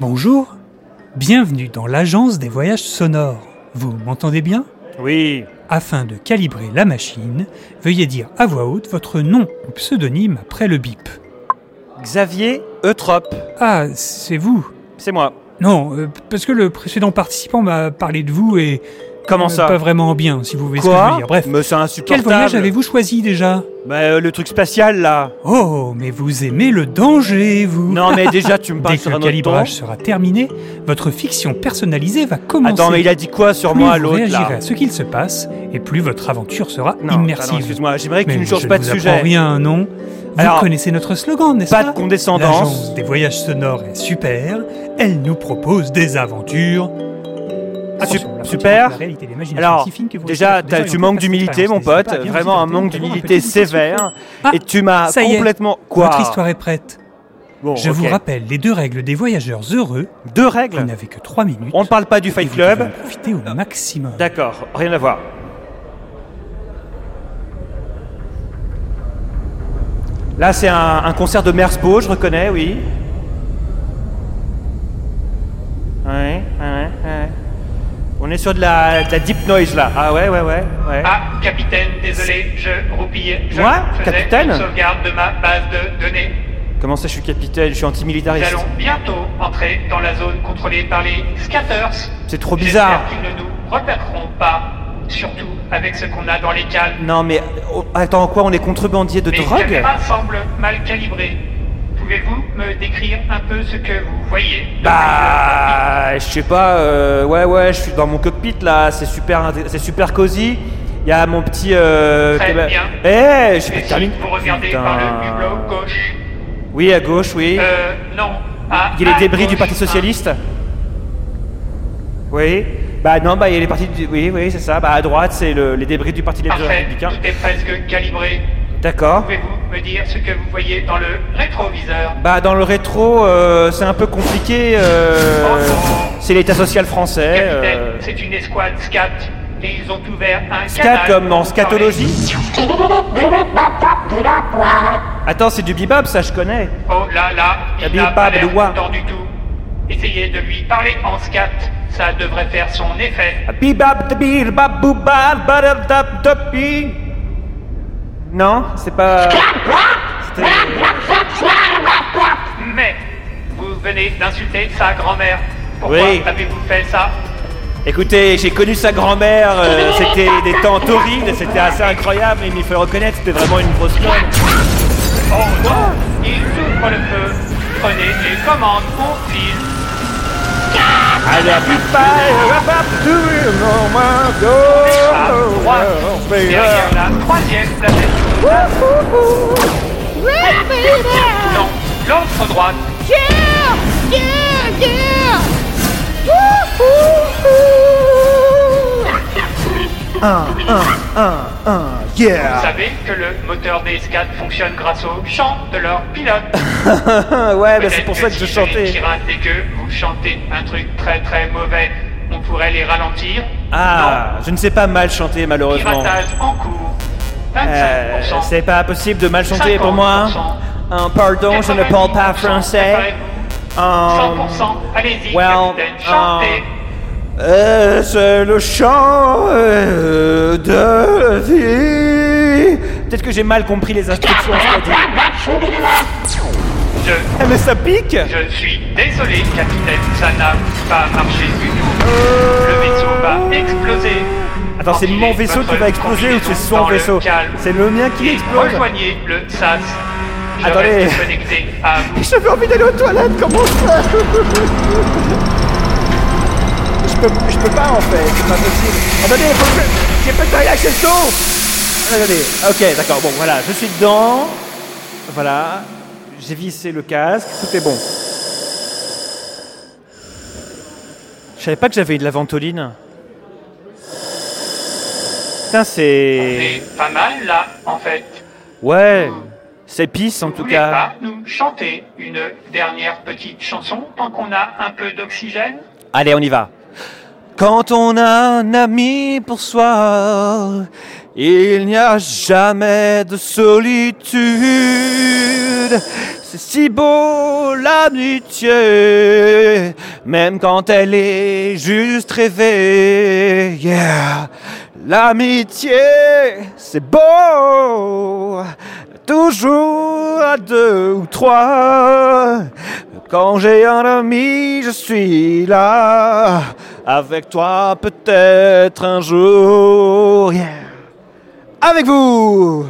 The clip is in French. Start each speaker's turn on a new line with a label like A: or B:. A: Bonjour, bienvenue dans l'agence des voyages sonores. Vous m'entendez bien
B: Oui,
A: Afin de calibrer la machine, veuillez dire à voix haute votre nom ou pseudonyme après le bip.
B: Xavier Eutrope,
A: Ah, c'est vous
B: c'est moi.
A: Non, euh, parce que le précédent participant m'a parlé de vous et...
B: Comment
A: euh,
B: ça
A: Pas vraiment bien, si vous voulez ce que je veux
B: Quoi
A: dire. Bref,
B: Mais c'est
A: quel
B: insupportable.
A: voyage avez-vous choisi déjà
B: Bah, euh, le truc spatial là.
A: Oh, mais vous aimez le danger, vous
B: Non mais déjà tu me
A: Dès
B: parles
A: que
B: sur
A: le
B: un autre temps.
A: calibrage sera terminé, votre fiction personnalisée va commencer.
B: Attends mais il a dit quoi sur
A: plus
B: moi
A: vous
B: l'autre
A: réagirez
B: là
A: à ce qu'il se passe, et plus votre aventure sera
B: Non, pardon,
A: immersive.
B: excuse-moi, j'aimerais que
A: Mais
B: tu ne
A: je
B: changes pas
A: ne
B: de
A: vous
B: sujet.
A: apprends rien, non Vous
B: Alors,
A: connaissez notre slogan, n'est-ce
B: Pas
A: pas
B: de
A: L'agence
B: condescendance.
A: des voyages sonores est super, elle nous propose des aventures. Attention, la frontière
B: Ah, super.
A: entre la réalité et l'imagination
B: Alors,
A: si fine que vous
B: Déjà,
A: respectez
B: t'as-
A: tous les
B: tu
A: orientations
B: manques d'humilité, mon
A: d'expérience, n'hésitez
B: pote.
A: pas à bien
B: Vraiment un
A: visiter
B: manque
A: notamment un
B: d'humilité
A: petit peu de
B: sévère.
A: Ah,
B: Et tu m'as
A: ça y est.
B: complètement. Quoi
A: Votre histoire est prête.
B: Bon,
A: Je
B: ok.
A: vous rappelle les deux règles des voyageurs heureux.
B: Deux
A: Vous
B: règles.
A: n'avez que trois minutes.
B: On ne parle pas du
A: et
B: Fight
A: vous devez
B: Club.
A: en profiter au maximum.
B: D'accord, rien à voir. Là, c'est un, un concert de Mersbeau, je reconnais, oui. Ouais, ouais, ouais. On est sur de la, de la deep noise là. Ah ouais, ouais, ouais. ouais.
C: Ah, capitaine, désolé, je roupillais. Je
B: Moi,
C: faisais
B: capitaine
C: une sauvegarde de ma base de données.
B: Comment ça, je suis capitaine, je suis
C: Nous
B: antimilitariste.
C: allons bientôt entrer dans la zone contrôlée par les scatters.
B: C'est trop bizarre.
C: J'espère qu'ils ne nous repéreront pas, surtout avec ce qu'on a dans les cales.
B: Non, mais oh, attends, quoi On est contrebandier de
C: Les
B: drogue
C: caméras semblent mal calibrées. Pouvez-vous me décrire un peu ce que vous voyez
B: Bah, je sais pas, euh, ouais, ouais, je suis dans mon cockpit là, c'est super, inté- c'est super cosy. Il y a mon petit. Euh,
C: Très
B: caba-
C: bien.
B: Eh, je
C: Et
B: suis
C: si vous regardez par le hublot gauche.
B: Oui, à gauche, oui.
C: Euh, non. à-
B: il y a
C: à
B: les débris du
C: gauche,
B: Parti
C: hein.
B: Socialiste. Oui. Bah, non, bah, il y a les partis. du- Oui, oui, c'est ça. Bah, à droite, c'est le- les débris du Parti des
C: Parfait,
B: Républicains.
C: tout est presque calibré.
B: D'accord.
C: Pouvez-vous me dire ce que vous voyez dans le rétroviseur
B: Bah, dans le rétro, euh, c'est un peu compliqué. euh, c'est l'État social français.
C: Oh Capitaine,
B: euh,
C: c'est une escouade SCAT. Et ils ont ouvert un
B: Scat
C: canal.
B: comme en scatologie Attends, c'est du bebop, ça je connais.
C: Oh là là, il
B: Habille
C: n'a
B: pas,
C: pas l'air
B: Benoît.
C: content du tout. Essayez de lui parler en SCAT. Ça devrait faire son effet.
B: Bebop, debir, baboubar, barabdab, dopi. Non, c'est pas. C'était-
C: Mais vous venez d'insulter sa grand-mère. Pourquoi
B: Oui.
C: avez-vous fait ça
B: Écoutez, j'ai connu sa grand-mère, euh, c'était des temps torrides, c'était assez incroyable, il m'y fait reconnaître, c'était vraiment une grosse conne.
C: Oh non Il ouvre le feu. Prenez les commandes, mon fils.
B: À la
C: À droite, derrière la troisième planète.
D: Yeah, baby!
C: Non, l'autre droite.
D: Yeah! Yeah! Yeah! Woohoo!
C: Vous savez que le moteur des SCAD fonctionne grâce au chant de leur pilote.
B: Ouais, bah
C: Peut-être
B: Ah, c'est pour ça que je
C: si vous avez une
B: chantais.
C: pirate et que vous chantez un truc très très mauvais, on pourrait les ralentir.
B: Ah, je ne sais pas mal chanter
C: Non,
B: malheureusement.
C: piratage en cours. 25%.
B: Euh, c'est pas possible de mal chanter pour moi.
C: 50%.
B: Euh, pardon, je ne parle pas
C: 90%,
B: français.
C: préparez-vous.
B: Euh,
C: 100%, allez-y,
B: well, uh,
C: capitaine, chantez.
B: euh, c'est le chant euh, de vie. Peut-être que j'ai mal compris les instructions. je dois dire. Ah, mais ça pique
C: Je, je suis désolé, capitaine, ça n'a pas marché du tout. Le vaisseau va exploser.
B: Attends, c'est mon
C: Enfilez
B: vaisseau qui
C: votre
B: va exploser ou c'est
C: combinaison
B: son
C: dans le
B: vaisseau
C: calme.
B: C'est le mien qui
C: Et
B: explose
C: Rejoignez le SAS. Je
B: Attendez.
C: reste connecté à vous.
B: J'avais envie d'aller aux toilettes, comment ça je, peux, je peux pas en fait, c'est pas possible. Attendez, faut que je- j'ai pas de ah, derrière chez Ah, bah, Attendez, ok, d'accord, bon voilà, je suis dedans. Voilà, j'ai vissé le casque, tout est bon. Je savais pas que j'avais eu de la ventoline. Putain, c'est.
C: C'est pas mal là, en fait.
B: Ouais, c'est pisse en
C: Vous
B: tout
C: voulez
B: cas.
C: pas nous chanter une dernière petite chanson tant qu'on a un peu d'oxygène
B: Allez, on y va. Quand on a un ami pour soi, il n'y a jamais de solitude. C'est si beau l'amitié, même quand elle est juste rêvée. Yeah. L'amitié, c'est beau, toujours à deux ou trois. Quand j'ai un ami, je suis là, avec toi peut-être un jour. Yeah. Avec vous